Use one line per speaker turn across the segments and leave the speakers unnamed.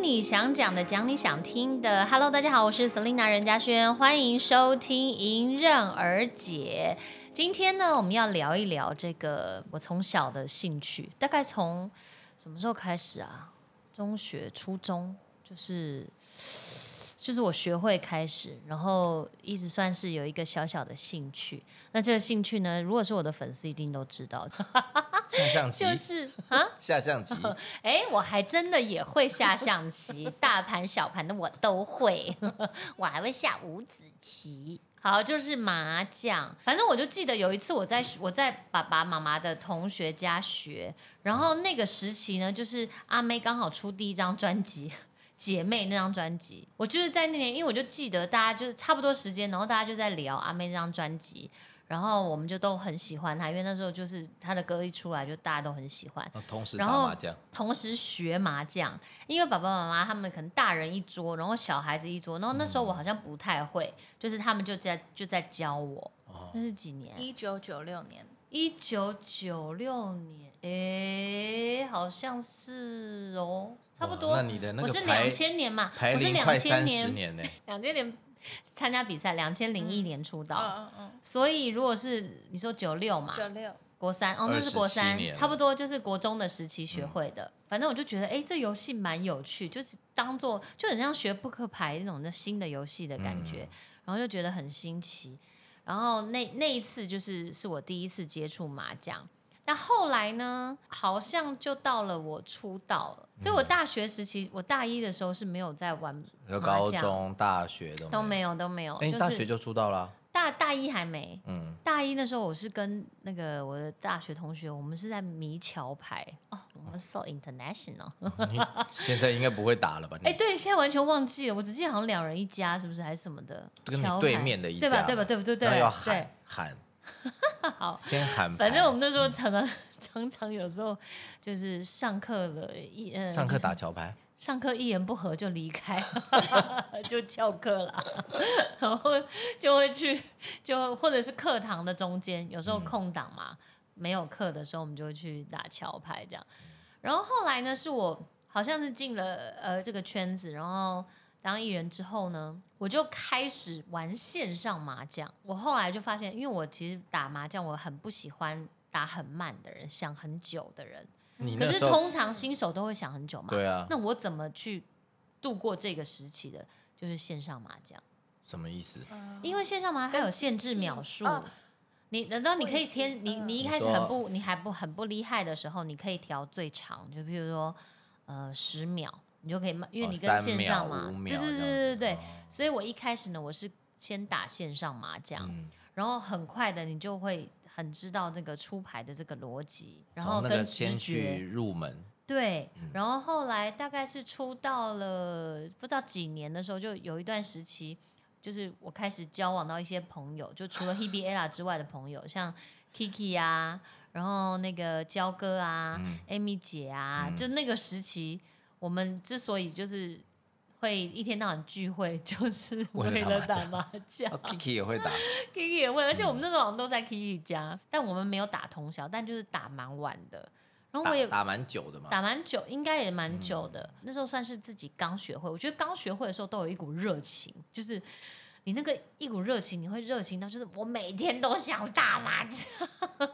你想讲的，讲你想听的。Hello，大家好，我是 Selina 任嘉轩，欢迎收听《迎刃而解》。今天呢，我们要聊一聊这个我从小的兴趣，大概从什么时候开始啊？中学、初中，就是就是我学会开始，然后一直算是有一个小小的兴趣。那这个兴趣呢，如果是我的粉丝，一定都知道，
下象棋，
就是啊。
下 象棋，
哎，我还真的也会下象棋，大盘小盘的我都会， 我还会下五子棋。好，就是麻将。反正我就记得有一次我在我在爸爸妈妈的同学家学，然后那个时期呢，就是阿妹刚好出第一张专辑。 姐妹那张专辑，我就是在那年，因为我就记得大家就是差不多时间，然后大家就在聊阿妹这张专辑，然后我们就都很喜欢她，因为那时候就是她的歌一出来，就大家都很喜欢。
哦同时打
然后
麻将，
同时学麻将，因为爸爸妈妈他们可能大人一桌，然后小孩子一桌，然后那时候
嗯
我好像不太会，就是他们就在就在教我。
哦
那是几年？
一九九六年，
一九九六年，诶，好像是哦，差不多。
哇那你的那
我
个
是
排
两千年嘛，
排
我是
龄
两
快
千
三十
年，
年呢、
两千年参加比赛，两千零一年出道。
嗯嗯
所以如果是你说九六嘛
嗯，，九六，
国三哦，那是国
27
三
年，了嗯
差不多就是国中的时期学会的。反正我就觉得，哎，这游戏蛮有趣，就是当做就很像学扑克牌那种的新的游戏的感觉，
嗯
然后就觉得很新奇。然后那那一次就是是我第一次接触麻将。但后来呢，好像就到了我出道了，
嗯
所以我大学时期，我大一的时候是没有在玩，
有高中、大学都
都没
有。
有都没有，
哎、你
就
大学
是
就出道啦、
大大一还没，
嗯，
大一那时候，我是跟那个我的大学同学，我们是在迷桥牌哦，我们 so international。
你现在应该不会打了吧？
哎、
你
对，现在完全忘记了，我只记得好像两人一家，是不是还是什么的？
跟你
桥牌
对面的一
对吧？
家
对吧？对不对？对
然后要
对
喊，喊，
好。
先喊牌。
反正我们那时候常常 常常有时候就是上课了一呃
上课打桥牌，
上课一言不合就离开， 就翘课了， 然后就会去，就或者是课堂的中间，有时
嗯
候空档嘛，没有课的时候，我们就会去打桥牌这样。然后后来呢，是我好像是进了呃这个圈子，然后当艺人之后呢，我就开始玩线上麻将。我后来就发现，因为我其实打麻将，我很不喜欢打很慢的人，想很久的人。
你
嗯可
那
是
时候
通常新手都会想很久嘛，
对啊，
那我怎么去度过这个时期的？就是线上麻将，
什么意思？
因为线上麻将它有限制秒数。
哦
你难道你可以
不一定
添你
嗯
你一
你
开始
说啊
很不你还不很不厉害的时候，你可以调最长，就比如说呃十秒，你就可以慢，因为
哦
你跟
三
线
秒
上嘛，
五
对
秒
对对
这样
对对
子
对。
哦
所以我一开始呢，我是先打线上麻将，
嗯，
然后很快的你就会很知道这个出牌的这个逻辑，然后
从那
跟
个
直
先
觉
去。入 门，
对，
嗯
然后后来大概是出道了不知道几年的时候，就有一段时期，就是我开始交往到一些朋友，就除 了 Hebe Ella 之外的朋友，像 Kiki 啊，然后那个焦哥啊、
嗯
Amy 姐啊，
嗯
就那个时期，我们之所以就是会一天到晚聚会， 就是
为了
为
打
了打
麻将 嗯
麻将
哦。，Kiki 也会打，
Kiki 也会，而且我们那时候好像都在 Kiki 家，但我们没有打通宵，但就是打蛮晚的。然后我也
打打蛮久的嘛。
打蛮久，应该也蛮久的。
嗯
那时候算是自己刚学会，我觉得刚学会的时候都有一股热情，就是你那个一股热情，你会热情到就是我每天都想打麻将，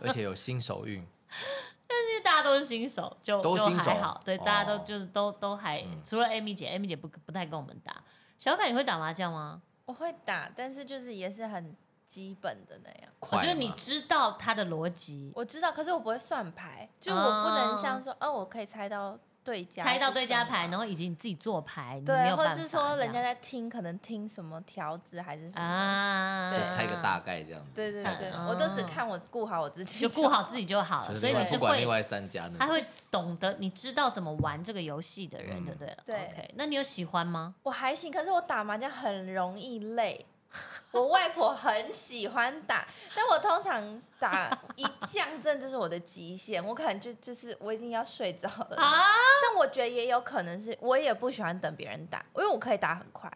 而且有新手运，
因为大家都是新手，就
都
就
新手
还好，对，
哦嗯
大家都就是都都还，除了 Amy 姐，Amy 姐不不太跟我们打。小凯，你会打麻将吗？
我会打，但是就是也是很基本的那样。
我
快
觉得你
嘛
知道他的逻辑，
我知道，可是我不会算牌，就
哦
我不能像说，哦，我可以猜到对家，
猜到对家牌，然
后
后以及你自己做牌，你没
对，
有
或
办
者
法
是说人
这
家
样
在听，可能听什么条子还是什么
啊，
就猜个大概这样子。
的。对对
猜个
对，
大
嗯
我都只看我顾好我自己，
就顾好自己就好了。
概就是
所以
另
你
外
是
不管
会
另外三家呢
他，会懂得，你知道怎么玩这个游戏的人，
嗯
就对了。
对
o k 那你有喜欢吗？
我还行，可是我打麻将很容易累。我外婆很喜欢打，但我通常打一降阵就是我的极限，我可能就就是我已经要睡着了。
啊，
但我觉得也有可能是我也不喜欢等别人打，因为我可以打很快。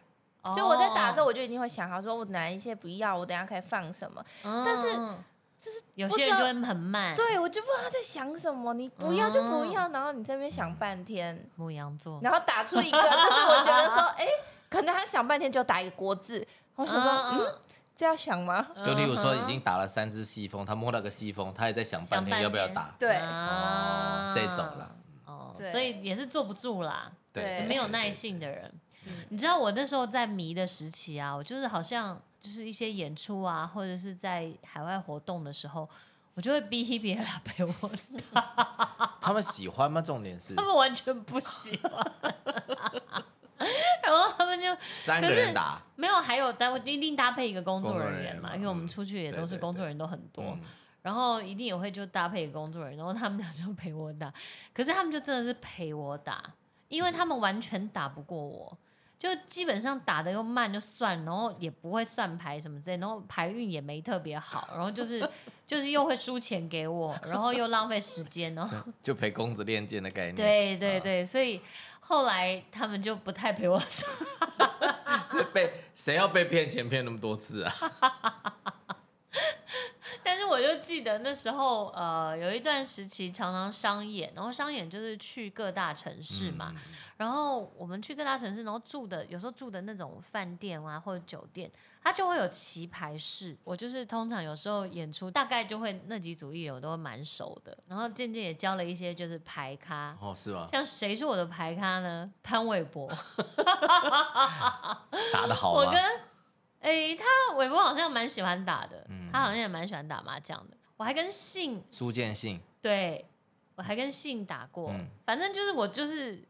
哦
哦
就我在打的时候，
我，
我就已经会想好说，我哪一些不要，我等一下可以放什么。
嗯
但是
嗯
就是
有
不
些人
知道
就会很慢。，
对我就不知道他在想什么，你不要就不要，然后你这边想半天，
母羊座。
然后打出一个，就是我觉得 说，哎、可能他想半天就打一个国字，我想说，
嗯
嗯，这样想吗？
嗯
就例如说已经打了三只西风，他摸到个西风，他也在想半天要不要打。
对
嗯
哦，这种啦。。
哦，
对
所以也是坐不住啦，
对，
没有
对
耐
对
性的人
嗯。
你知道我那时候在迷的时期啊，我就是好像就是一些演出啊，或者是在海外活动的时候，我就会逼别人来陪我，
他们喜欢吗？重点是
他们完全不喜欢，然后他们就
三
可
个
是
人打，
没有，还有单位一定搭配一个工作人员嘛，
工作人员嘛
因为我们出去也
嗯
都是
对对
工作人员都很多，
嗯，
然后一定也会就搭配一个工作人员，然后他们俩就陪我打，可是他们就真的是陪我打，因为他们完全打不过我，就基本上打的又慢就算，然后也不会算牌什么之类，然后牌运也没特别好，然后就是就是又会输钱给我，然后又浪费时间，然后
嗯就陪公子练剑的概念。
对对对，所以后来他们就不太陪我
对，被谁要被骗钱骗那么多次 啊？
但是我就记得那时候，呃，有一段时期常常商演，然后商演就是去各大城市嘛，
嗯？
然后我们去各大城市，然后住的有时候住的那种饭店啊或者酒店，它就会有棋牌室。我就是通常有时候演出大概就会那几组艺人我都会蛮熟的，然后渐渐也交了一些就是牌咖。
哦，是吗？
像谁是我的牌咖呢？潘玮柏，
打的好啊
我
吗
跟？诶、他玮柏好像蛮喜欢打的，
嗯
他好像也蛮喜欢打麻将的。我还跟信
苏建信，
对，我还跟信打过，
嗯
反正就是我就是。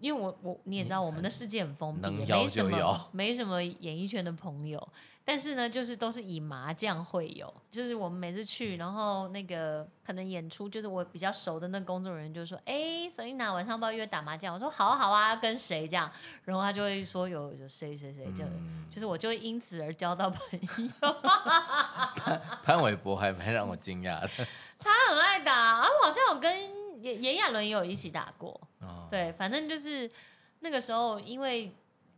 因为我我你也知道，
你
我们的世界很封闭，
能
也
邀
没什
就邀
么没什么演艺圈的朋友，但是呢，就是都是以麻将会友，就是我们每次去，然后那个可能演出，就是我比较熟的那工作人员就说：“哎、沈丽娜晚上要不要约打麻将？”我说：“好啊好啊，跟谁这样？”然后他就会说有有谁谁谁就。
嗯
就是我就会因此而交到朋友，啊
潘玮柏还蛮让我惊讶的。
他很爱打，啊，我好像有跟炎炎亚纶也有一起打过，
哦，
对，反正就是那个时候，因为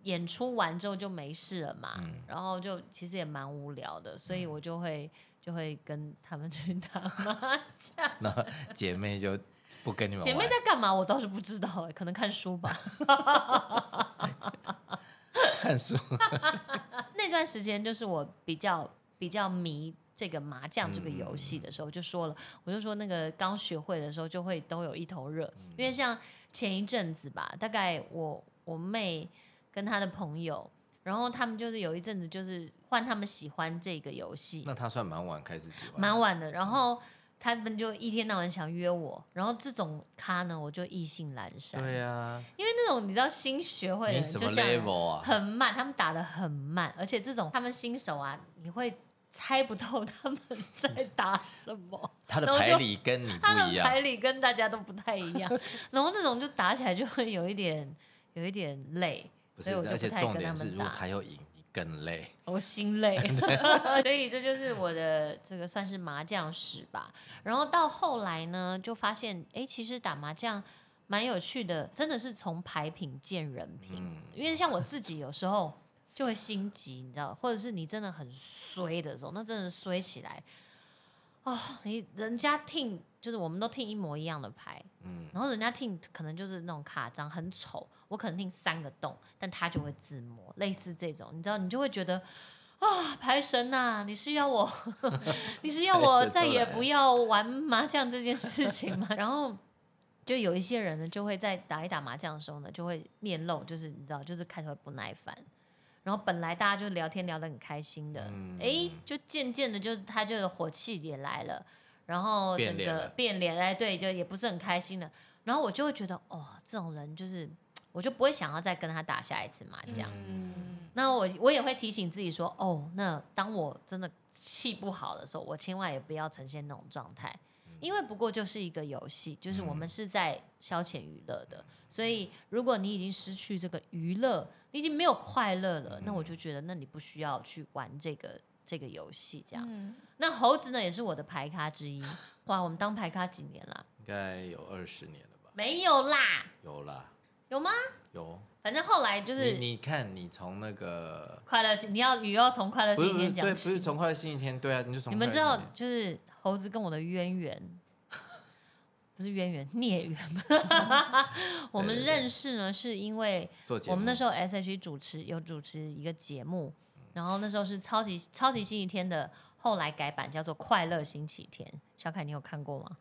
演出完之后就没事了嘛，
嗯
然后就其实也蛮无聊的，所以我就会就会跟他们去打麻将。
那姐妹就不跟你们
姐妹
玩
在干嘛？我倒是不知道、欸，可能看书吧。
看书，
那段时间就是我比较比较迷这个麻将这个游戏的时候，就说了，我就说那个刚学会的时候就会都有一头热，
嗯
因为像前一阵子吧，大概我我妹跟她的朋友，然后他们就是有一阵子就是换他们喜欢这个游戏
那，他嗯算蛮晚开始喜欢的，
蛮晚的，然后。他们就一天到晚想约我，然后这种咖呢，我就意兴阑珊。
对呀。
因为那种你知道新学会的
你
人，
什
就
么
像
level 啊？
很慢，他们打的很慢，而且这种他们新手啊，你会猜不透他们在打什么，
他的
然后
牌
就
理跟你不
他
一
们
样
牌，理跟大家都不太一 样，然后那种就打起来就会有一点有一点累，
不是？
哎所以我就
而
不
且
太
重
跟他
点是，
们
如果
打，
他要赢，你更累。
我心 累， 所以这就是我的这个算是麻将史吧。然后到后来呢，就发现哎，诶其实打麻将。蛮有趣的，真的是从牌品见人品。
嗯，
因为像我自己有时候就会心急，你知道，或者是你真的很衰的时候，那真的衰起来，哦，你人家听就是我们都听一模一样的牌，
嗯
然后人家听可能就是那种卡张很丑，我可能听三个洞，但他就会自摸，类似这种，你知道，你就会觉得。啊、牌神呐、你是要我， 你是要我
牌神都
再也
来
不要玩麻将这件事情吗？ 然后就有一些人呢，就会在打一打麻将的时候呢，就会面露就是你知道，就是开始会不耐烦。然后本来大家就聊天聊得很开心的，
嗯
诶，就渐渐的就他就火气也来了，然后整
变脸
个
了
变脸，哎，对，就也不是很开心了。然后我就会觉得，哦，这种人就是，我就不会想要再跟他打下一次麻将。
嗯
那我我也会提醒自己说，哦，那当我真的气不好的时候，我千万也不要呈现那种状态，
嗯
因为不过就是一个游戏，就是我们是在消遣娱乐的。所以如果你已经失去这个娱乐，你已经没有快乐了，那我
嗯
就觉得，那你不需要去玩这个这个游戏这样。
嗯，
那猴子呢，也是我的牌咖之一。哇，我们当牌咖几年啦？
应该有二十年了吧？
没有啦，
有啦，
有吗？
有
反正后来就是
你你看，你从那个
快乐星，你要也要从快乐
不是
星
不
期
是
天
对，
讲
不
起。
是从快乐星期天，对啊，你就从
你们
快
知
乐
道
星期，
就是猴子跟我的渊源，不是渊源，孽缘。我们
对对对
认识呢，是因为
天做节目，
我们那时候 S H 主持有主持一个节目，然后那时候是超级超级星期天的，后来改版叫做快乐星期天。小凯，你有看过吗？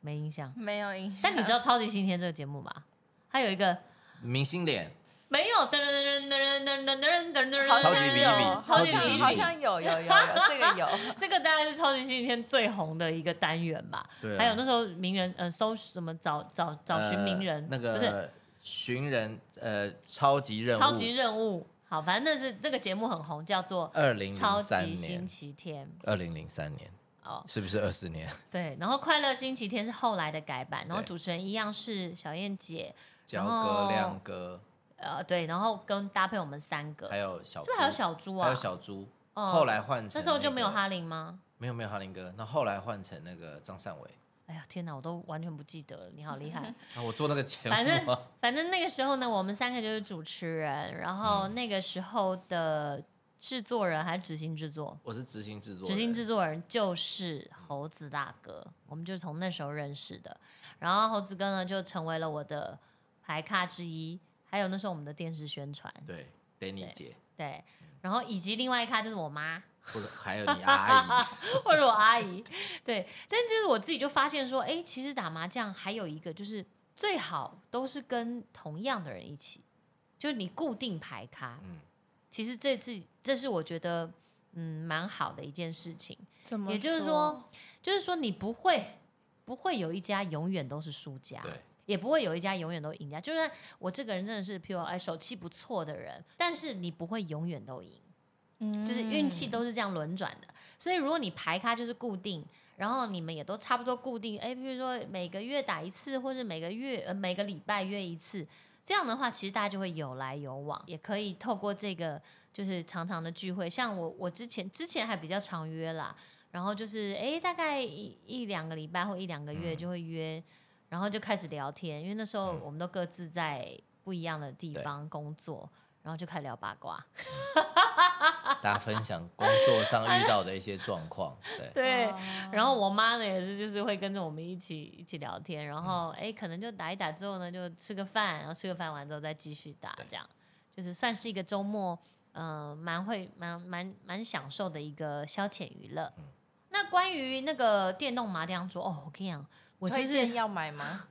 没印象。
没有影响。
但你知道超级星期天这个节目吧？它有一个
明星脸，
没有噔噔噔噔噔噔噔噔噔噔，
好
超
像
级比
有
比
好
超级比
像
比
好像有 有有有这个有，
这个大概是超级星期天最红的一个单元吧。
对啊
还有那时候名人呃搜什么找找找寻名人，
呃那
不是
个寻人呃超级任务，
超级任务。好，反正那是这个节目很红，叫做
二零
《超
零
级
三
星
年，
期天》
二零零三年
哦。
是不是二十年？
对，然后《快乐星期天》是后来的改版，然后
对
主持人一样是小燕姐，
焦
后
哥、亮哥，
呃，对，然后跟搭配我们三个，
还有小
是
猪，
不是还有小猪啊？
还有小猪，
哦
后来换成
那时候就没有
那个，
哈林吗？
没有没有哈林哥，那后来换成那个张善伟。
哎呀，天哪，我都完全不记得了，你好厉害。
啊，我做那个节目
反正
啊，
反正那个时候呢，我们三个就是主持人，然后
嗯
那个时候的制作人还是执行制作，
我是执行制作人，
执行制作人就是猴子大哥，我们就从那时候认识的。然后猴子哥呢，就成为了我的排咖之一，还有那时候我们的电视宣传，
对，Danny 姐，
对，然后以及另外一咖就是我妈
或者还有你 阿姨，
或者我阿姨，对。但就是我自己就发现说，哎，其实打麻将还有一个就是最好都是跟同样的人一起，就是你固定排咖。
嗯，
其实这次这是我觉得嗯蛮好的一件事情。
怎么
也就是说，就是说你不会不会有一家永远都是输家，
对，
也不会有一家永远都赢家。就算我这个人真的是，譬如哎手气不错的人，但是你不会永远都赢，就是运
嗯
气
嗯
都是这样轮转的。所以如果你排咖就是固定。然后你们也都差不多固定，哎，比如说每个月打一次，或者每个月呃每个礼拜约一次，这样的话，其实大家就会有来有往，也可以透过这个就是常常的聚会。像我，我之前之前还比较常约啦，然后就是诶，大概一一两个礼拜或一两个月
嗯
就会约，然后就开始聊天，因为那时候我们都各自在不一样的地
对
方工作，然后就开始聊八卦。
大家分享工作上遇到的一些状况，对，
对，
哦
然后我妈呢也是，就是会跟着我们一起一起聊天，然后
嗯
哎、诶可能就打一打之后呢，就吃个饭，然后吃个饭完之后再继续打，
对
这样就是算是一个周末，呃，蛮会蛮蛮蛮享受的一个消遣娱乐。
嗯
那关于那个电动麻将桌，哦，我跟你讲，我就
推荐
是
要买吗？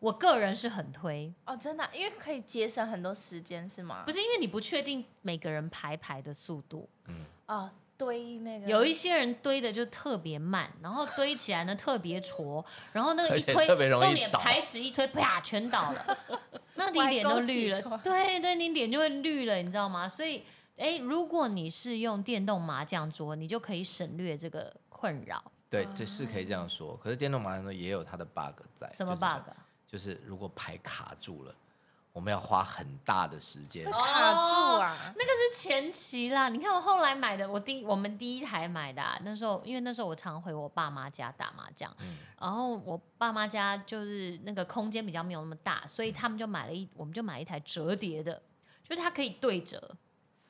我个人是很推，
哦，真的啊，因为可以节省很多时间是吗？
不是因为你不确定每个人排牌的速度，
嗯，
哦，堆那个
有一些人堆的就特别慢，然后堆起来呢特别挫，然后那个
而
一
且
推，
特别容易
重点
倒
排池一推，啪，全倒 了，那你脸就绿
歪勾起
了
错，
对对，你脸就会绿了，你知道吗？所以，哎，如果你是用电动麻将桌，你就可以省略这个困扰。
对，这是可以这样说。可是电动麻将桌也有它的 bug 在，
什么
就是
bug？
就是如果牌卡住了，我们要花很大的时 间
会。卡住啊，
那个是前期啦，你看我后来买的，我第我们第一台买的、啊，那时候因为那时候我常回我爸妈家打麻将，
嗯
然后我爸妈家就是那个空间比较没有那么大，所以他们就买了一，我们就买一台折叠的，就是它可以对折，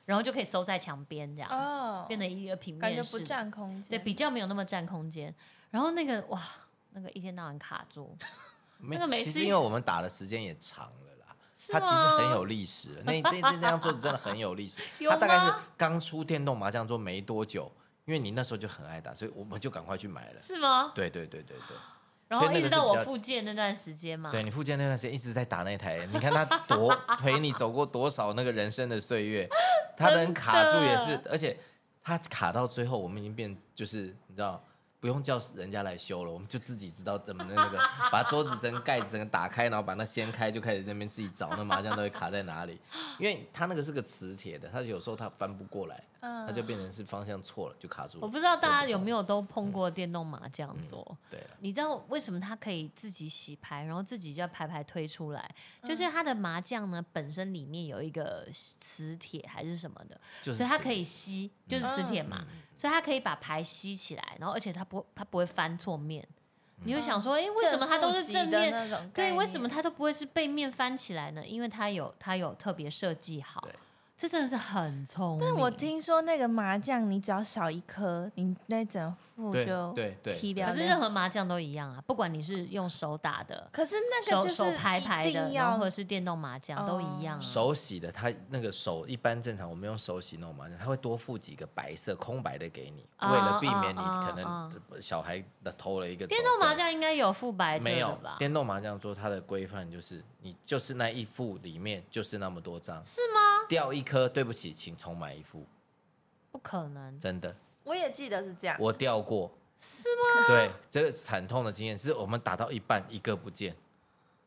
然后就可以收在墙边这样，
哦，
变成一个平
感
面
觉不
式，
占空
对，
间，
比较没有那么占空间。然后那个哇，那个一天到晚卡 住，
没
那个每
其
次
实因为我们打的时间也长了啦，
是
它其实很有
吗？
历史了。那那那那张桌子真的很有历史
，有
它大概是
吗
刚出电动麻将桌没多久，因为你那时候就很爱打，所以我们就赶快去买了。
是吗？
对对对对对，
然
所以
后
那
一
个
直
是
到
比
我
较
复健那段时间嘛，
对你附近那段时间一直在打那台，你看他 多陪你走过多少那个人生的岁月，他能卡住也是
真，
而且他卡到最后，我们已经变就是你知道。不用叫人家来修了，我们就自己知道怎么那个，把桌子整个盖子整个打开，然后把它掀开，就开始那边自己找那麻将到底卡在哪里。因为它那个是个磁铁的，它有时候它翻不过来，
嗯
它就变成是方向错了，就卡住
我
了。
不知道大家有没有都
嗯
碰过电动麻将桌。
对了，
你知道为什么它可以自己洗牌，然后自己就要牌牌推出来？
嗯
就是它的麻将呢本身里面有一个磁铁还是什么的，
就是
所以它
磁嗯
可以吸，就是磁铁嘛，所以它可以把牌吸起来，然后而且它不它不会翻错面，
嗯
你会想说，哎，为什么它都是正面？
那种？
对，为什么？它都不会是背面翻起来呢？因为它有它有特别设计好
对，
这真的是很聪明。
但我听说那个麻将，你只要少一颗，你那整副
对
就
对对
踢掉
可
了。
是任何麻将都一样啊，不管你是用手打的、
可是那个
手
就是
手牌牌
一
的，
定
然
要
后或者是电动麻将都一样啊。
手洗的，它那个手一般正常，我们用手洗弄嘛，它会多附几个白色空白的给你，
哦
为了避免你
哦
可
哦
能小孩的偷了一个走。
电动麻将应该有副白
对
这
没
个
有
吧？
电动麻将桌，它的规范就是你就是那一副里面就是那么多张，
是吗？
掉一颗，对不起，请重买一副，
不可能，
真的，
我也记得是这样。
我掉过。
是吗？
对，这个惨痛的经验是我们打到一半一个不见，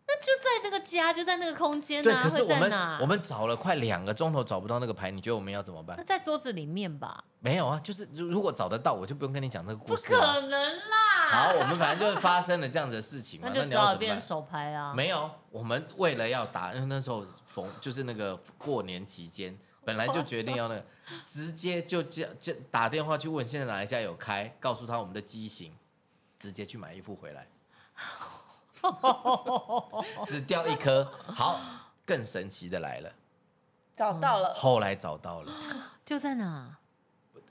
那就在那个家，就在那个空间
对，
啊，
可是
会
我
在
们
哪？
我们找了快两个钟头找不到那个牌，你觉得我们要怎么办
那？在桌子里面吧？
没有啊，就是如如果找得到，我就不啊用跟你讲这个
不
故事了。
可能啦！
好，我们反正就是发生了这样子的事情嘛，
那
那
就
你
只
要
好
怎
变
么
成手牌啊
办？。没有，我们为了要打，因为那时候逢就是那个过年期间，本来就决定要那个，直接就叫就打电话去问现在哪一家有开，告诉他我们的机型，直接去买一副 回来，只掉一颗。好，更神奇的来了，
找到了，
后来找到了。
就在哪？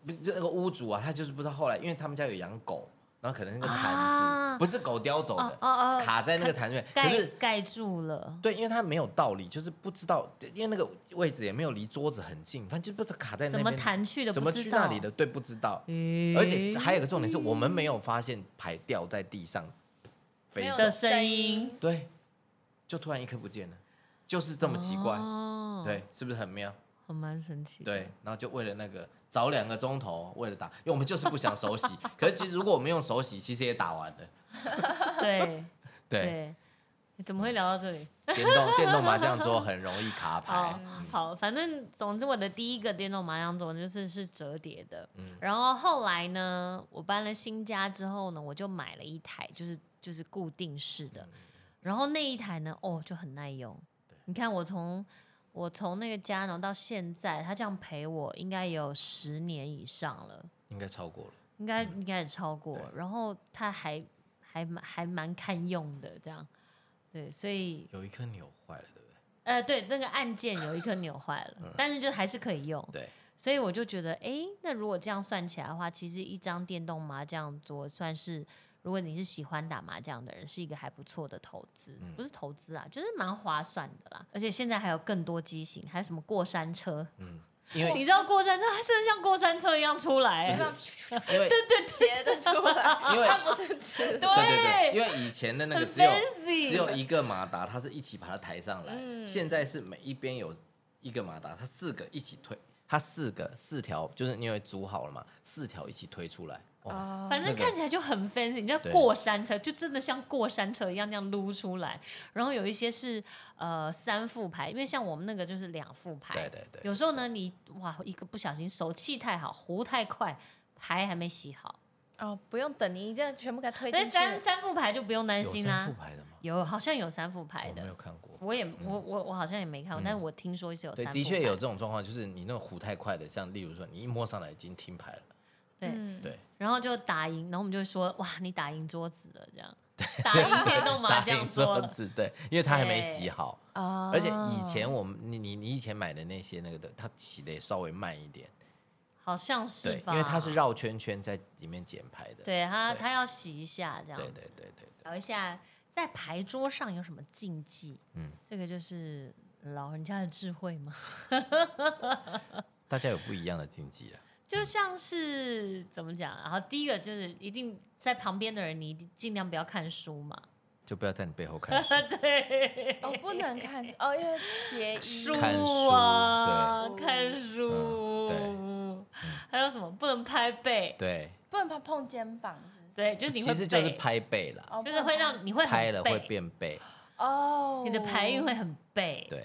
不就那个屋主啊，他就是不知道后来，因为他们家有养狗，然后可能那个坛子、
啊
不是狗叼走的，
哦
卡在那个坛子里面。可
盖
是
盖住了。
对，因为他没有道理，就是不知道，因为那个位置也没有离桌子很近，反正就不知道卡在那
怎
边
么弹去的？
怎
不
么
知
去
道
那里？的，对，不知道。
咦
而且还有一个重点是我们没有发现牌掉在地上飞
没有
走，
的声音，
对，就突然一颗不见了，就是这么奇怪，
哦，
对，是不是很妙？
还蛮神奇。，
对，然后就为了那个找两个钟头，为了打，因为我们就是不想手洗。可是其实如果我们用手洗，其实也打完了。
对
对，
对，怎么会聊到这里？
电动电动麻 将桌很容易卡牌
好，哦好，反正总之我的第一个电动麻将桌就是是折叠的，
嗯
然后后来呢，我搬了新家之后呢，我就买了一台，就是就是固定式的，
嗯
然后那一台呢，哦就很耐用。你看我从我从那个家呢到现在，他这样陪我应该也有十年以上了。
应该超过了。
应该应该也超过
嗯对，
然后它还还蛮还蛮堪用的这样，对，所以
有一颗扭坏了，对不对？
呃对那个按键有一颗扭坏了，但是就还是可以用，
对，
所以我就觉得诶，那如果这样算起来的话，其实一张电动麻将桌算是如果你是喜欢打麻将的人，是一个还不错的投资，
嗯
不是投资啊，就是蛮划算的啦。而且现在还有更多机型，还有什么过山车，
嗯，因为
你知道过山车它真的像过山车一样出来、欸，
这样
因为
对对对
斜的出 来，
因为
它不是直
对
的。
对对对，因为以前的那个
很
只有
fancy，
只有一个马达，它是一起把它抬上来。
嗯
现在是每一边有一个马达，它四个一起推，它四个四条，就是因为组好了嘛，四条一起推出来。哦，
哦
反正
那个
看起来就很 fancy，你知道
对
过山车就真的像过山车一样这样撸出来，然后有一些是呃三副牌，因为像我们那个就是两副牌，
对对对，
有时候呢你哇一个不小心手气太好，胡太快，牌还没洗好，
哦，不用等你，这样全部给它推
那
进去。
三三副牌就不用担
有
心啊啦
三副。牌的吗？
有好像有三副牌
我哦没
的
有，看过。
我也我我我好像也没看过，但是我听说是有三
对，
副牌，
的确有这种状况，就是你那种胡太快的，像例如说你一摸上来已经停牌了，
对，
嗯，
对，
然后就打赢，然后我们就会说哇你打赢桌子了这样，打赢电动麻
打
将
赢
桌
桌
了，
子，对，因为它还没洗好，
哦
而且以前我们你你你以前买的那些那个的，它洗的也稍微慢一点，
好像是
对，
吧？
因为它是绕圈圈在里面剪牌的，
对他，
对
他要洗一下这样。
对对对对对，
聊一下在牌桌上有什么禁忌？
嗯
这个就是老人家的智慧嘛，
大家有不一样的禁忌了，
就像是怎么讲？然后第一个就是一定在旁边的人，你一定尽量不要看书嘛。
就不要在你背后看书，
对，
哦不能看哦，因为协议
书
看书
啊，
对
看书。
嗯对
还有什么不能拍背？
对，
不能怕碰肩膀。是不是
对，就是你
其
会
实就是
背，
拍背啦，
哦，
就是会让你会很
拍了会
背，
变背，
哦，
你的牌运会很背。
对。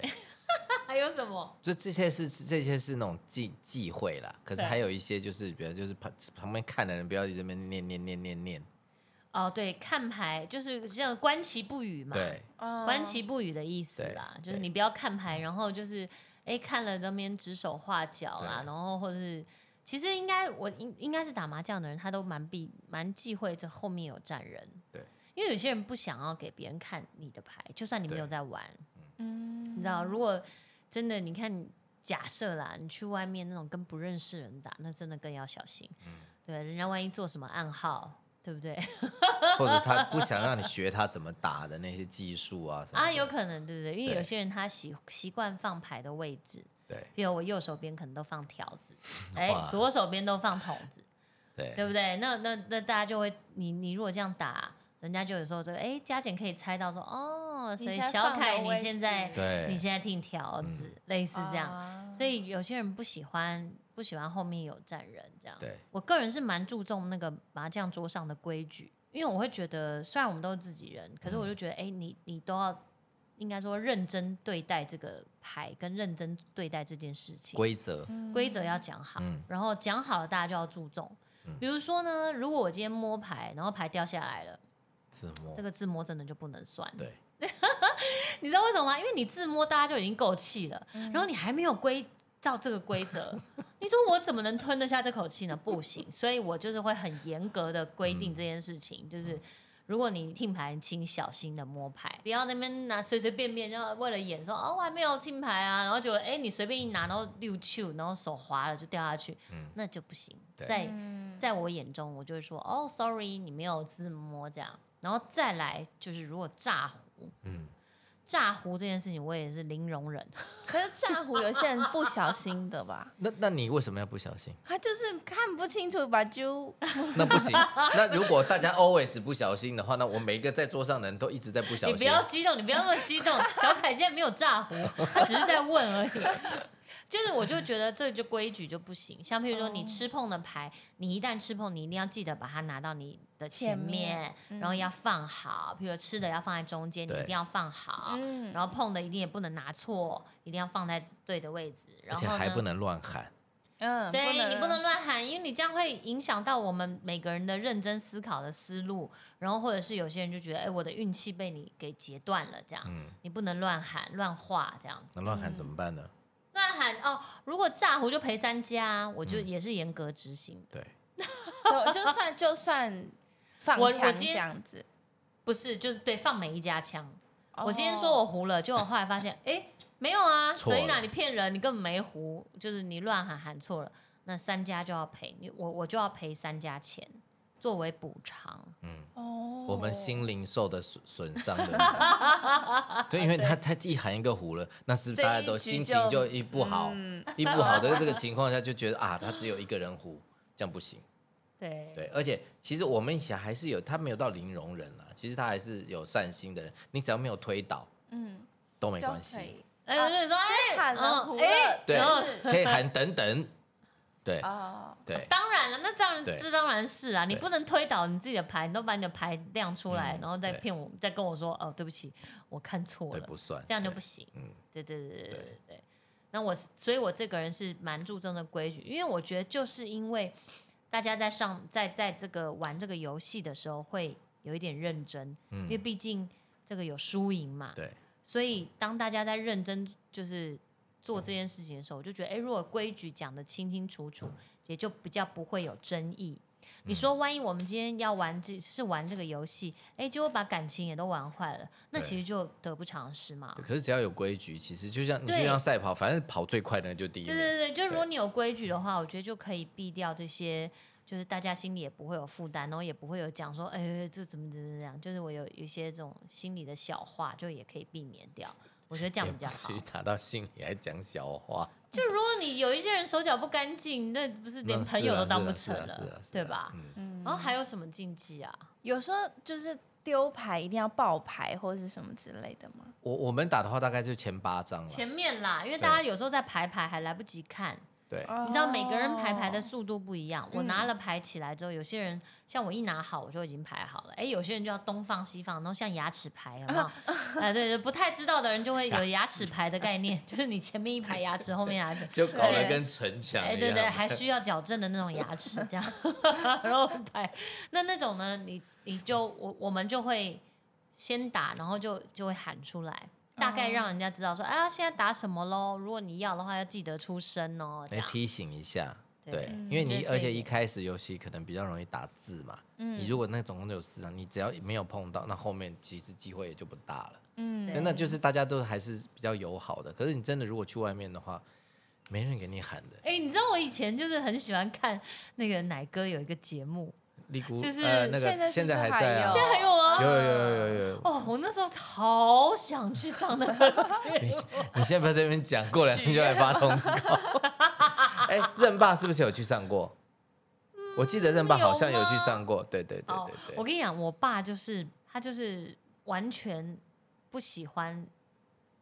还有什么？
就这些是这些是那种忌忌讳啦，可是
对
还有一些就是，比如就是旁旁边看的人不要一直在那边念念念念念，
哦，对，看牌就是像观其不语嘛，
对，
哦
观其不语的意思
对
啦，
对
就是你不要看牌，然后就是哎看了那边指手画脚啦，
对
然后或者是其实应该我应应该是打麻将的人，他都蛮避蛮忌讳这后面有站人，
对，
因为有些人不想要给别人看你的牌，就算你没有
对
在玩，
嗯，
你知道，如果真的你看假设啦，你去外面那种跟不认识人打，那真的更要小心，
嗯
对，人家万一做什么暗号，对不对？
或者他不想让你学他怎么打的那些技术啊什么的
啊，有可能，对不对？因为
对
有些人他习习惯放牌的位置，
对
比如我右手边可能都放条子，哎
哇，
左手边都放筒子，对
对
不对？那那那大家就会，你你如果这样打，人家就有时候就哎，加减可以猜到说，哦，所以
你现在
小
放
凯
的
你
位
现
置啊
在
对，嗯
你现在听条子，类似这样。
样
所以有些人不喜欢不喜欢后面有站人这样。
对
我个人是蛮注重那个麻将桌上的规矩，因为我会觉得，虽然我们都是自己人，可是我
嗯
就觉得，哎、你你都要应该说认真对待这个牌，跟认真对待这件事情，
规则，
规则要讲好，
嗯
然后讲好了大家就要注重。
嗯
比如说呢，如果我今天摸牌，然后牌掉下来了，
自摸
这个自摸真的就不能算。
对
你知道为什么吗？因为你自摸大家就已经够气了，
嗯
然后你还没有规照这个规 则，你说我怎么能吞得下这口气呢？不行，所以我就是会很严格的规
嗯
定这件事情，就是。如果你听牌，请小心的摸牌，不要那边拿随随便便，然后为了演说哦我还没有听牌啊，然后就哎、你随便一拿，然后溜球，然后手滑了就掉下去，
嗯
那就不行。
对嗯
在在我眼中，我就会说哦，sorry，你没有自摸这样，然后再来就是如果炸胡，
嗯
炸胡这件事情，我也是零容
，
忍。
嗯可是炸胡有些人不小心的吧
那那你为什么要不小心？
他就是看不清楚把 揪，
嗯
那不行。那如果大家 always 不小心的话，那我每一个在桌上的人都一直在不小
你
心。
不要激动，你不要那么激动。小凯现在没有炸胡， 他只是在问而已。就是我就觉得这就规矩就不行，像譬如说
哦
你吃碰的牌，你一旦吃碰，你一定要记得把它拿到你的前面，
前面嗯
然后要放好。譬如说吃的要放在中间，你
对
一定要放好。
嗯，
然后碰的一定也不能拿错，一定要放在对的位置。
嗯而
然后
且
呢
还不能乱喊。
嗯，
对你不能乱喊，因为你这样会影响到我们每个人的认真思考的思路，然后或者是有些人就觉得，哎，我的运气被你给截断了，这样、
嗯，
你不能乱喊乱画这样子。
那乱喊怎么办呢？
乱喊哦，如果炸胡就赔三家，我
嗯
就也是严格执行的，
对，
就就算就算放
我我
枪这
今天
样子。
不是就是对放每一家枪。我今天
哦
说我胡了，结果后来发现，哎，没有啊，
错
所
了
以呢你骗人，你根本没胡，就是你乱喊喊错了，那三家就要赔你，我我就要赔三家钱作为补偿。
嗯，
哦，
我们心灵受的损损伤的，对，因为他他一喊一个胡了，那
哦
是不是大家都
这一
心
局就
情就一不好，
嗯
一不好的这个情况下就觉得啊，他只有一个人胡，这样不行。
对
对，而且其实我们以前还是有，他没有到零容忍啦，其实他还是有善心的人，你只要没有推倒
嗯，
都没
没
关系，
哎，
啊
我就说，哎，
喊了
嗯
胡
哎
了，
对
然后，
可以喊等等，对
哦，
对，
当然了，那这样
对
这当然是啊，你
对
不能推倒你自己的牌，你都把你的牌亮出来，
嗯
然后再
对
骗我，再跟我说，哦，对不起，我看错
对
了，
不算，
这样就不
对，
行。
嗯，
对对对对
对
对对。那我是所以，我这个人是蛮注重的规矩，因为我觉得就是因为大家在上在在这个玩这个游戏的时候会有一点认真，
嗯
因为毕竟这个有输赢嘛，
对，
所以当大家在认真就是做这件事情的时候，我就觉得，哎，如果规矩讲得清清楚楚，也就比较不会有争议。你说，
嗯
万一我们今天要玩这是玩这个游戏，哎，结果把感情也都玩坏了，那
对
其实就得不偿失嘛。
对可是只要有规矩，其实就像你就
对
像赛跑，反正跑最快的人就第一
对
名，
对对，就如果你有规矩的话，我觉得就可以避掉这些，就是大家心里也不会有负担，然后也不会有讲说，哎，这怎么怎么怎么样，就是我有有一些这种心里的小话，就也可以避免掉。我觉得这样
也
比较
不
好
至于。打到心里还讲小话，
就如果你有一些人手脚不干净，那不是 连朋
那是
友
啦
都当
是
不
啦
成
是啦是
了
啦，是
对
啦
吧？
嗯，
然后还有什么禁忌啊？
有时候就是丢牌一定要爆牌或是什么之类的吗？
我我们打的话大概就前八张了，
前面啦，因为
对
大家有时候在排牌还来不及看，
对，
哦你知道每个人排牌的
哦
速度不一样。我拿了牌起来之后，有些人像我一拿好我就已经排好了，哎，有些人就要东放西放，然后像牙齿牌，有没有？哎，对，就不太知道的人就会有牙齿牌的概念， 就是你前面一排牙齿，后面牙齿，
就搞得
对
跟城墙一
哎，
样，
对对，还需要矫正的那种牙齿，这样然后排。那那种呢，你你就我我们就会先打，然后就就会喊出来，大概让人家知道说，哎、呀，现在打什么喽？如果你要的话，要记得出声哦，这
来
样。
提醒一下，对，
嗯
因为
我觉得
你
这
而且
一
一
点
开始游戏可能比较容易打字嘛，
嗯
你如果那总共有四张，你只要没有碰到，那后面其实机会也就不大了。
对
那
嗯，
那就是大家都还是比较友好的。可是你真的如果去外面的话，没人给你喊的。
哎、你知道我以前就是很喜欢看那个奶哥有一个节目，
利姑
就是
呃那
现在
个
是
现在
不是还
在啊，
现在还有啊
有有有有有有。
哦，我那时候好想去上那个
你 你现在不要在那边讲，过两天就来发通告。 哎，任爸是不是有去上过？我记得任爸好像有去上过，对对对
哦，
对
我
对。
跟你讲，我爸就是他就是完全不喜欢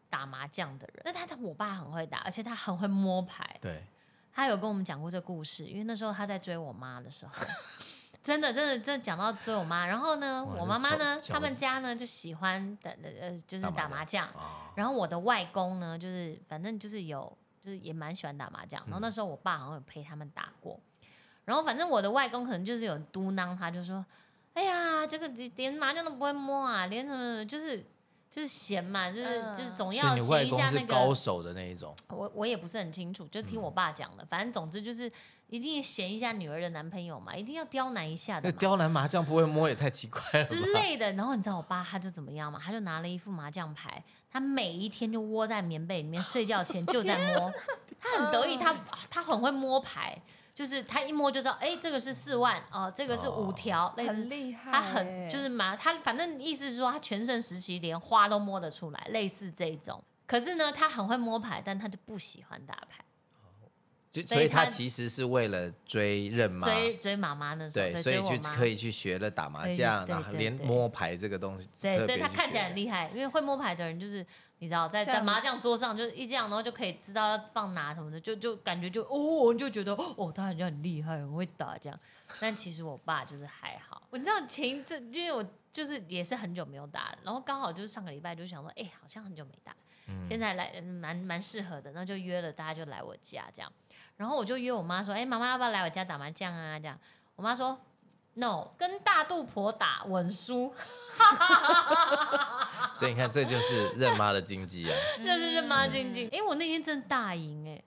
打麻将的人，但他的我爸很会打，而且他很会摸牌。
对，
他有跟我们讲过这故事，因为那时候他在追我妈的时候， 真的真的真的讲到追我妈。然后呢，
哇
我妈妈呢
这，小
他们
小
家呢就喜欢打呃就是
打麻
打麻将，
哦，
然后我的外公呢，就是反正就是有，就是也蛮喜欢打麻将。然后
嗯
那时候我爸好像有陪他们打过。然后反正我的外公可能就是有嘟囔他，就说：“哎呀，这个连麻将都不会摸啊，连什么就是就是闲嘛，就是、
嗯
就是总
所
要
以你外
闲一
公
下
是
那
高
个。”啊
手的嗯那一种，
我我也不是很清楚，就听我爸讲的。反正总之就是一定闲一下女儿的男朋友嘛，一定要刁难一下的
那
嘛。
刁难麻将不会摸也太奇怪了吧？
之类的。然后你知道我爸他就怎么样吗？他就拿了一副麻将牌，他每一天就窝在棉被里面，睡觉前就在摸。他很得意，他啊他很会摸牌，就是他一摸就知道，哎、这个是四万哦、这个是五
哦
条，类
很
似。
厉害欸，
他很就是麻，他反正意思是说，他全盛时期连花都摸得出来，类似这一种。可是呢，他很会摸牌，但他就不喜欢打牌。
就
所以
所以他
他
其实是为了追任妈，
追追妈妈那时候，
对，所以去可
以，
以去学了打麻
可以
将，
对
然后
对
连
对
摸牌这个东西，
对，
特
所以
别
他
去
看起来
学
很厉害，因为会摸牌的人就是你知道，在
这
在
样
麻将桌上就是一这样，然后就可以知道要放哪什么的，就就感觉就哦，我就觉得哦，他好像很厉害，很会打这样。但其实我爸就是还好，我你知道前一阵，因为我就是也是很久没有打了，然后刚好就是上个礼拜就想说，哎、好像很久没打，现在来嗯蛮蛮适合的，那就约了大家就来我家这样。然后我就约我妈说，哎、妈妈要不要来我家打麻将啊？这样，我妈说。No，跟大肚婆打稳输，
所以你看，这就是任妈的经济啊，
那是认妈静静。哎、我那天真的大赢哎、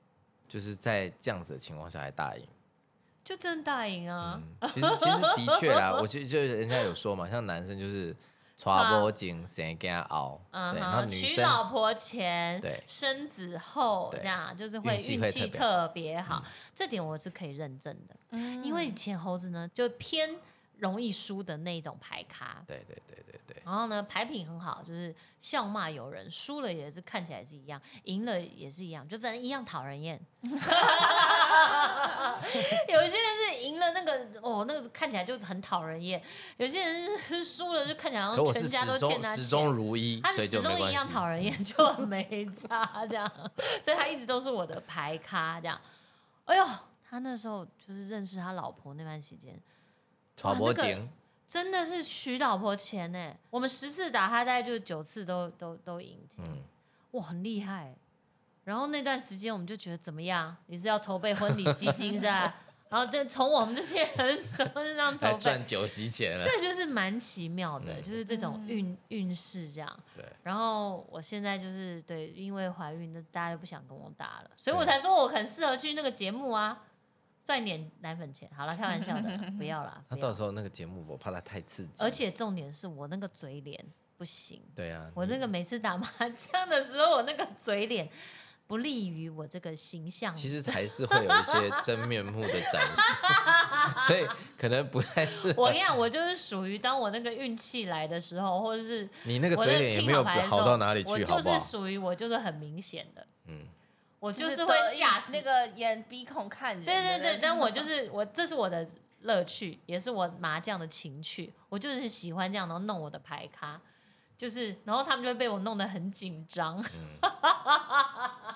就是在这样子的情况下还大赢。
就真的大赢啊！
嗯，其实其实的确 啦，我就就人家有说嘛，像男生就是抓波精谁跟他熬，
嗯
对，然后
哼，
女
娶
生
老婆前，
对
生子后，
对
这样就是会
运气
运
会
气
特别嗯
特别好，这点我是可以认证的。
嗯，
因为以前猴子呢，就偏容易输的那一种牌咖，
对对对对对，
然后呢，牌品很好，就是笑骂有人，输了也是看起来是一样，赢了也是一样，就反正一样讨人厌。 有些人是赢了那个哦，那个看起来就很讨人厌；有些人是 输了就看起来好
可
像
我
全
是
家
始
都欠
终
他
始
钱。
终如一
啊他，
所
是
以
始
就没
终一
关
样
系。
讨 人厌，就没差这样，所以他一直都是我的牌咖这样。哎呦，他那时候就是认识他老婆那段时间，
抓波
哇那
精，
真的是娶老婆钱呢。我们十次打他，大概就九次都都都赢钱，
嗯，
哇，很厉害。然后那段时间我们就觉得怎么样？你是要筹备婚礼基金是 吧？然后就从我们这些人怎么这样筹
才
备，
赚酒席钱了，
这就是蛮奇妙的，
嗯
就是这种运运势这样。
对。
然后我现在就是对，因为怀孕，那大家就不想跟我打了，所以
对
我才说我很适合去那个节目啊，赚一点奶粉钱。好了，开玩 笑的啦，不要啦。
他
不要
到时候那个节目，我怕他太刺激。
而，且重点是我那个嘴脸不行，
对啊，
我那
你
个每次打麻将的时候，我那个嘴脸不利于我这个形象。
其实还是会有一些真面目的 展示，所以可能不太适合
我跟你讲，我就是属于当我那个运气来的时候，或者是
你那个
我
嘴
在
脸也
听
没有
牌的时
好
候
到哪里去，好
我
不
就
好
是？属于我就是很明显的，
嗯，
我
就是是
会
得意
吓死
那个眼鼻孔看人的
对
那
对
种，
对，但 我就是我，这是我的乐趣，也是我麻将的情趣。我就是喜欢这样，然后弄我的牌咖，就是然后他们就会被我弄得很紧张。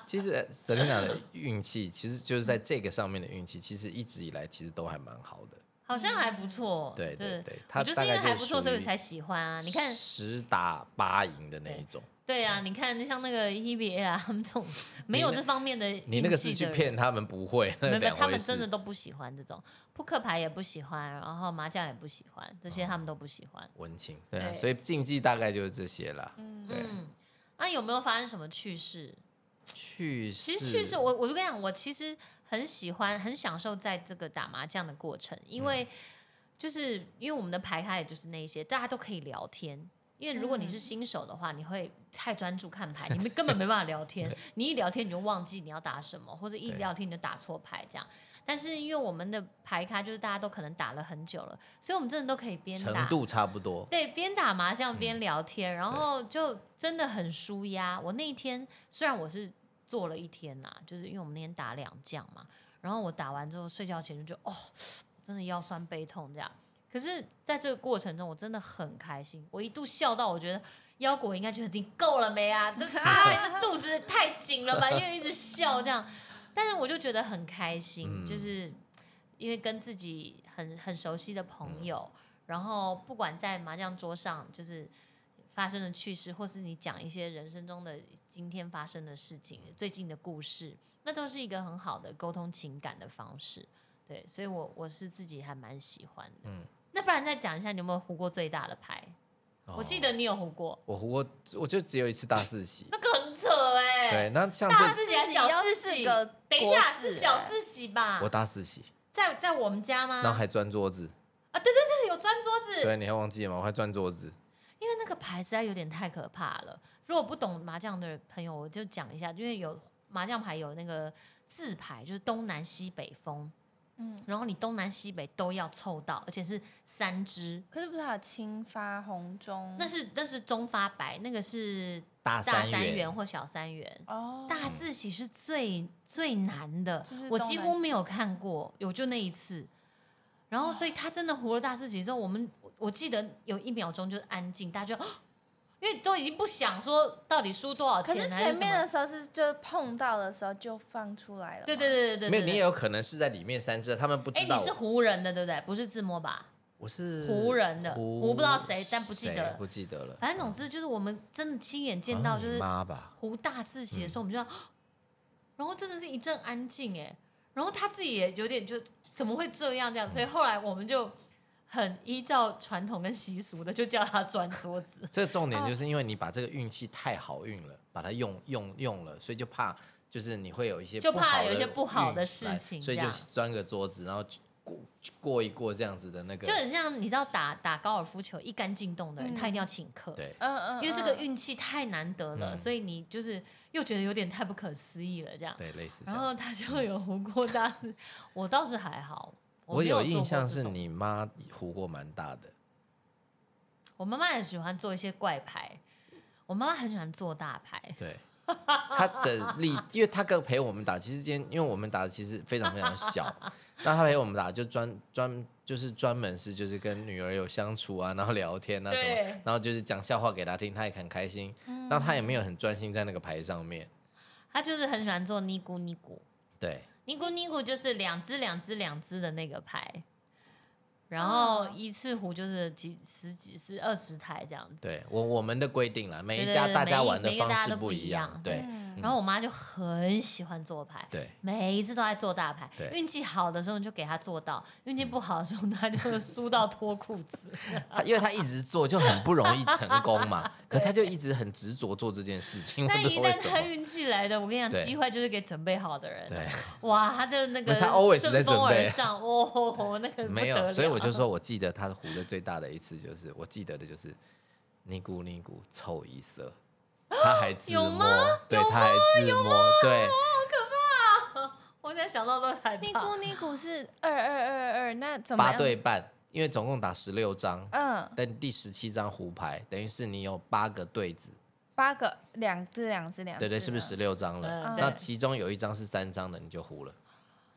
其实 Selina 的运气，其实就是在这个上面的运气，其实一直以来其实都还蛮好的。
好像还不错，
嗯对
就是
对对
我
他
嗯就是
大
因为
概就
还不错，
属
所以
于
我才喜欢啊。你看，
十打八赢的那一种，
对啊，你看像那个 Hebe 啊，他们这 种没有
那
这方面的
嗯你那个
运气
是去
的人
骗他们不会，
没
那
有没有，
两
他
回
们真的
事。
都不喜欢这种扑克牌也不喜欢，然后麻将也不喜欢，这
哦
些他们都不喜欢。
文青，对啊，
对
所以
嗯
竞技大概就是这些啦。对，
嗯，那、有没有发生什么趣事？
去
其实去是我，我就跟你讲，我其实很喜欢，很享受在这个打麻将的过程，因为就是因为我们的牌卡也就是那一些，大家都可以聊天。因为如果你是新手的话，你会太专注看牌，你们根本没办法聊天。你一聊天你就忘记你要打什么，或者一
对
聊天你就打错牌这样。但是因为我们的牌咖就是大家都可能打了很久了，所以我们真的都可以边
程
打
度差不多，
对，边打麻将边聊天，然后就真的很舒压。我那一天虽然我是做了一天呐、就是因为我们那天打两将嘛，然后我打完之后睡觉前就觉得哦，真的腰酸背痛这样。可是在这个过程中，我真的很开心，我一度笑到我觉得腰果应该觉得你够了没啊？这啊肚子太紧了吧？因为一直笑这样，但是我就觉得很开心，
嗯
就是因为跟自己很很熟悉的朋友，然后不管在麻将桌上就是发生的趣事，或是你讲一些人生中的今天发生的事情、最近的故事，那都是一个很好的沟通情感的方式。对，所以我我是自己还蛮喜欢的。
嗯
那不然再讲一下，你有没有胡过最大的牌？我记得你有胡过，
哦我胡过，我就只有一次大四 喜。
那个很扯哎、
对，那像
大
这
四喜还是小四喜？
要四个
等一下
国字
是小四喜吧
哎我？大四喜，
在在我们家吗？
然后还钻桌子，
啊，对对对，有钻桌子。
对，你还忘记了吗？我还钻桌子，
因为那个牌实在有点太可怕了。如果不懂麻将的朋友，我就讲一下，因为有麻将牌有那个字牌，就是东南西北风，
嗯，
然后你东南西北都要凑到，而且是三支。
可是不是还有青发红中？
那是那是中发白，那个是
嗯大
大
三元
元或小三元。
哦，
大四喜是最最难的
就是，
我
东
几
南
乎
西
没有看过，有就那一次。然后，所以他真的胡了大四喜之后，我们我我记得有一秒钟就是安静，大家就 因为都已经不想说到底输多少
可是
钱还
前
是什
面
么
的。时候是就碰到的时候就放出来了，
对对。对对对，
没
对
有，你
对
也有可能是在里面三只，他们不
哎
知，道
你。是湖人的对不对？不是自摸吧？
我是
湖人的
湖
我不知道谁但不记得
谁不记得了。
反正总之就是我们真的亲眼见
好
到，
像
就
你
是
妈吧，。
胡大四喜的时候，我们就要，然后真的是一阵安静哎，然后他自己也有点就怎么会这样这样，所以后来我们就很依照传统跟习俗的，就叫他 钻桌子
这个重
哦
点就是因为你把这个运气太好运了，把它用用用了，所以就怕就是你会有一些
就
不
怕
好
有一些
的
不好
运
的事
来
情
所以
这
就
样
钻个桌子，然后过过一过这样子的那个
就，很像你知道打打高尔夫球一杆进洞的人，
嗯
他一定要请客，
对，
嗯嗯，
因为这个
嗯
运气太难得了，
嗯
所以你就是又觉得有点太不可思议了这样。
对，类似这
然
样。
后他就有 胡过大四，我倒是还好，
我
没有
有
做
印
过
象
这
是
种
你妈胡过蛮大的，
我妈妈也喜欢做一些怪牌，我妈妈很喜欢做大牌，
对，她的力，因为她跟陪我们打，其实今天因为我们打的其实非常非常 小，那她陪我们打就专专就是专门是就是跟女儿有相处啊，然后聊天啊什么
对，嗯
然后就是讲笑话给她听，她也很开心，那她也没有很专心在那个牌上面，
她就是很喜欢做尼姑尼姑，
对，
尼姑尼姑就是两只两只两只的那个牌，然后
哦
一次胡就是几十几十二十台这样子。
对我我们的规定啦，每
对
一
对
家
对
大
每
家
一
玩的
每一个
方
大家
式
都
不
不
一
一
样
样，
对
嗯
然后我妈就很喜欢做牌，
对，
每一次都在做大牌
对。嗯
运气好的时候你就给她做到，运气不好的时候她就输到脱裤子。
她因为她一直做就很不容易成功嘛， 可她就一直很执着做这件事 情，我
但
不
一
知道为
旦
什
她
么，
运气来的，我跟你讲，
对
机会就是给准备好的人。
对。
哇，他的那个
那他 always 在
顺
准
风而
备
上，哦，那个不
没
得
有，
了
所以我 就说，我记得他胡的最大的一次就是，我记得的就是尼姑尼姑臭一色，他还自
有
摸
吗，
对，他还自摸，对，
我现在想到都害
尼
怕
姑。尼姑是二二二二，那怎么
八
样？
对半，因为总共打十六张，
嗯，
但第十七张胡牌，等于是你有八个对子，
八个，两只，两只，两只，啊
对对，是不是十？六张了？
嗯
那
对
其中有一张是三张的，你就胡了。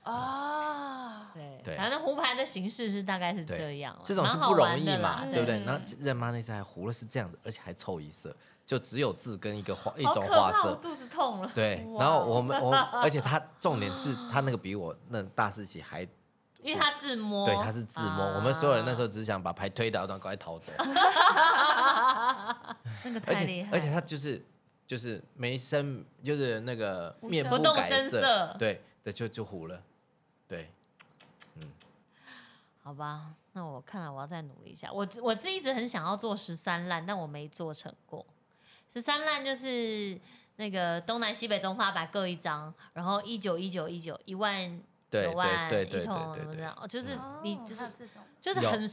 哦，
对，
对
反正胡牌的形式是大概是这样了，啊
这种
蛮
是
好
不容
玩
易
的啦
嘛，对不对？
对
然后任妈那次还胡了是这样子，而且还臭一色，就只有字跟一个花一
好
种
可
花
怕，
色
我，肚子痛了。
对，
哇
然后我们 我，而且他重点是他那个比我那大四喜还，
因为他自摸，啊
对，他是自摸。我们所有人那时候只想把牌推倒，然后赶快逃走。
候那个
而
太厉
且
害，
而且他就是就是没声，就是那个
无
面
声
不
不动
改
声色
对对，就就糊了。对，
好吧，那我看来我要再努力一下。我我是一直很想要做十三烂，但我没做成过。十三烂就是那个东南西北中发白各一张，然后一九一九一九一万
对
九万
对对
一
对
桶
对
什么
对
的
对，，
哦，就是
哦
你就是
还有这种
就是
有
很，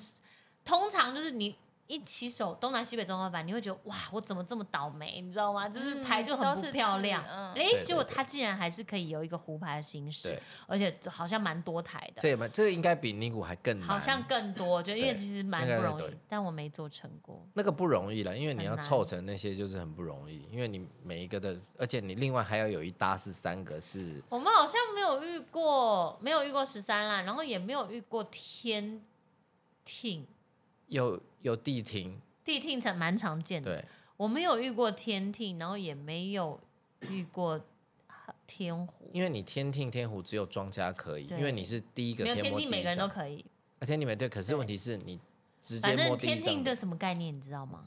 通常就是你一起手东南西北中华版，你会觉得哇，我怎么这么倒霉，你知道吗？就是牌就很
嗯哦都
不
是
漂
字
亮，
嗯
哎、
对对
结果
对
他竟然还是可以有一个胡牌的形式
对，
而且好像蛮多台
这
的，
也蛮，这应该比尼古还更难，
好像更多，就因为
对
其实蛮
应该
不
是
容易
对，
但我没做成过。
那个不容易了，因为你
很
要
难
凑成那些就是很不容易，因为你每一个的，而且你另外还要有一搭是三个是，
我们好像没有遇过，没有遇过十三啦，然后也没有遇过天听，
有有地停，
地听才蛮常见的。
对，
我没有遇过天听，然后也没有遇过天湖，
因为你天听天湖只有庄家可以，
对
因为你是第一个
没有
天
天
摸
听，每个人都可以。
以，天听没对，可是
对
问题是你直接
反
摸
正
第一
天
张
听的，什么概念，你知道吗？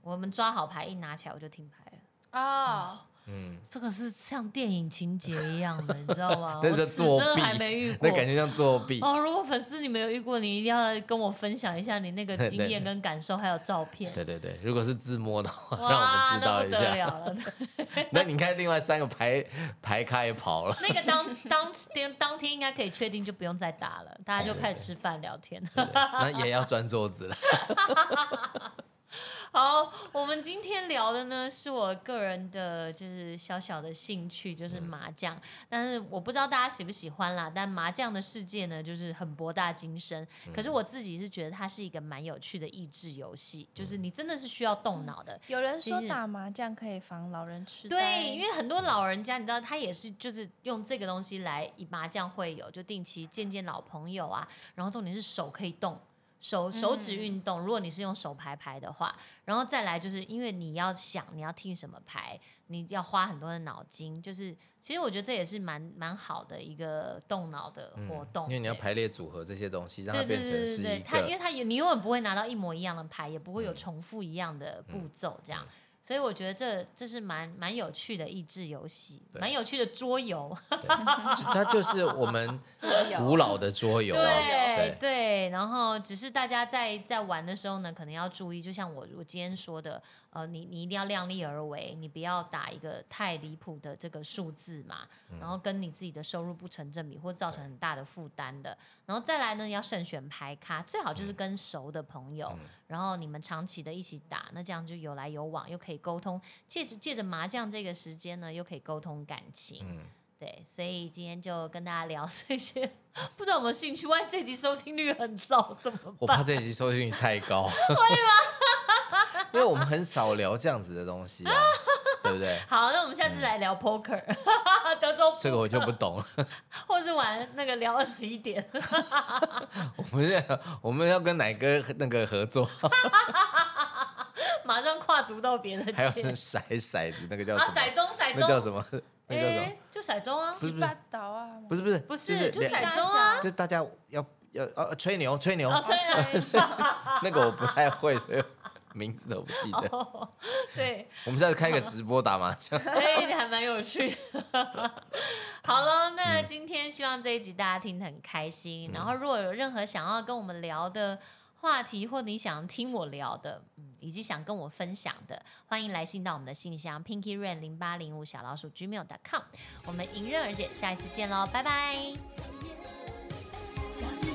我们抓好牌一拿起来我就停牌了，
哦，
嗯，
这个是像电影情节一样的，你知道吗
？那
我
是
此
作
生
弊
还没遇过
那。感觉像作弊，
哦，如果粉丝你没有遇过，你一定要跟我分享一下你那个
对
经验跟感受，还有照片。
对对对，如果是自摸的话， 让我
哇，
们知道
那
一
不得
下。
了了！
那你看另外三个牌牌咖也跑了，
那个当当天当天应该可以确定，就不用再打了，大家就开始吃饭聊天。
对不对那也要钻桌子了。
好，我们今天聊的呢，是我个人的，就是小小的兴趣，就是麻将。但是我不知道大家喜不喜欢啦。但麻将的世界呢，就是很博大精深。可是我自己是觉得它是一个蛮有趣的益智游戏，就是你真的是需要动脑的。
有人说
其实
打麻将可以防老人痴呆，
对，因为很多老人家，你知道，他也是就是用这个东西来以麻将会友，就定期见见老朋友啊。然后重点是手可以动，手手指运
嗯
动。如果你是用手牌牌的话，然后再来就是因为你要想你要听什么牌，你要花很多的脑筋。就是其实我觉得这也是蛮蛮好的一个动脑的 活动，
嗯因为你要
对
排列组合这些东西，让它
对对
变
对
成
对
是
对
一，
它因为
个
它有你永远不会拿到一模一样的牌，也不会有
嗯
重复一样的步骤这样。
嗯
所以我觉得这这是蛮蛮有趣的益智游戏，
对
蛮有趣的桌游，
它就是 我们
为
古老的桌游啊。
对
对
对。然后只是大家在在玩的时候呢，可能要注意，就像我我今天说的，呃，你你一定要量力而为，你不要打一个太离谱的这个数字嘛，
嗯
然后跟你自己的收入不成正比，或造成很大的负担的。然后再来呢，要慎选牌咖，最好
嗯
就是跟熟的朋友，然后你们长期的一起打，那这样就有来有往，又可以沟通，借着借着麻将这个时间呢，又可以沟通感情。
嗯，
对，所以今天就跟大家聊这些，不知道有没有兴趣？万一这集收听率很糟怎么
我
办？
怕这一集收视率太 高，会吗？ 因为我们很少聊这样子的东西啊，对不对？
好，那我们下次来聊 poker，、德 州
嗯这个我就不懂了。
或是玩那个聊二十一点。
我们要我们要跟奶哥那个合作，
马上跨足到别的
还有
界。
骰骰子那个叫
啊，
什
骰
么？
盅，骰盅，
那叫什么？那叫什么
诶？就骰盅啊，
不是不是
八倒啊，
不是不是
不是，
是
就
两
骰盅啊。
就大家要要呃吹牛吹牛，
哦，吹了，
那个我不太
哦
会，所以名字都不记得。
对，
我们下次开个直播打麻将，
哎，还蛮有趣的。好了，那今天希望这一集大家听得很开心。然后，如果有任何想要跟我们聊的话题，或你想听我聊的，嗯，以及想跟我分享的，欢迎来信到我们的信箱 pinky rain 零八零五小老鼠 gmail.com。我们迎刃而解，下一次见喽，拜拜。
小夜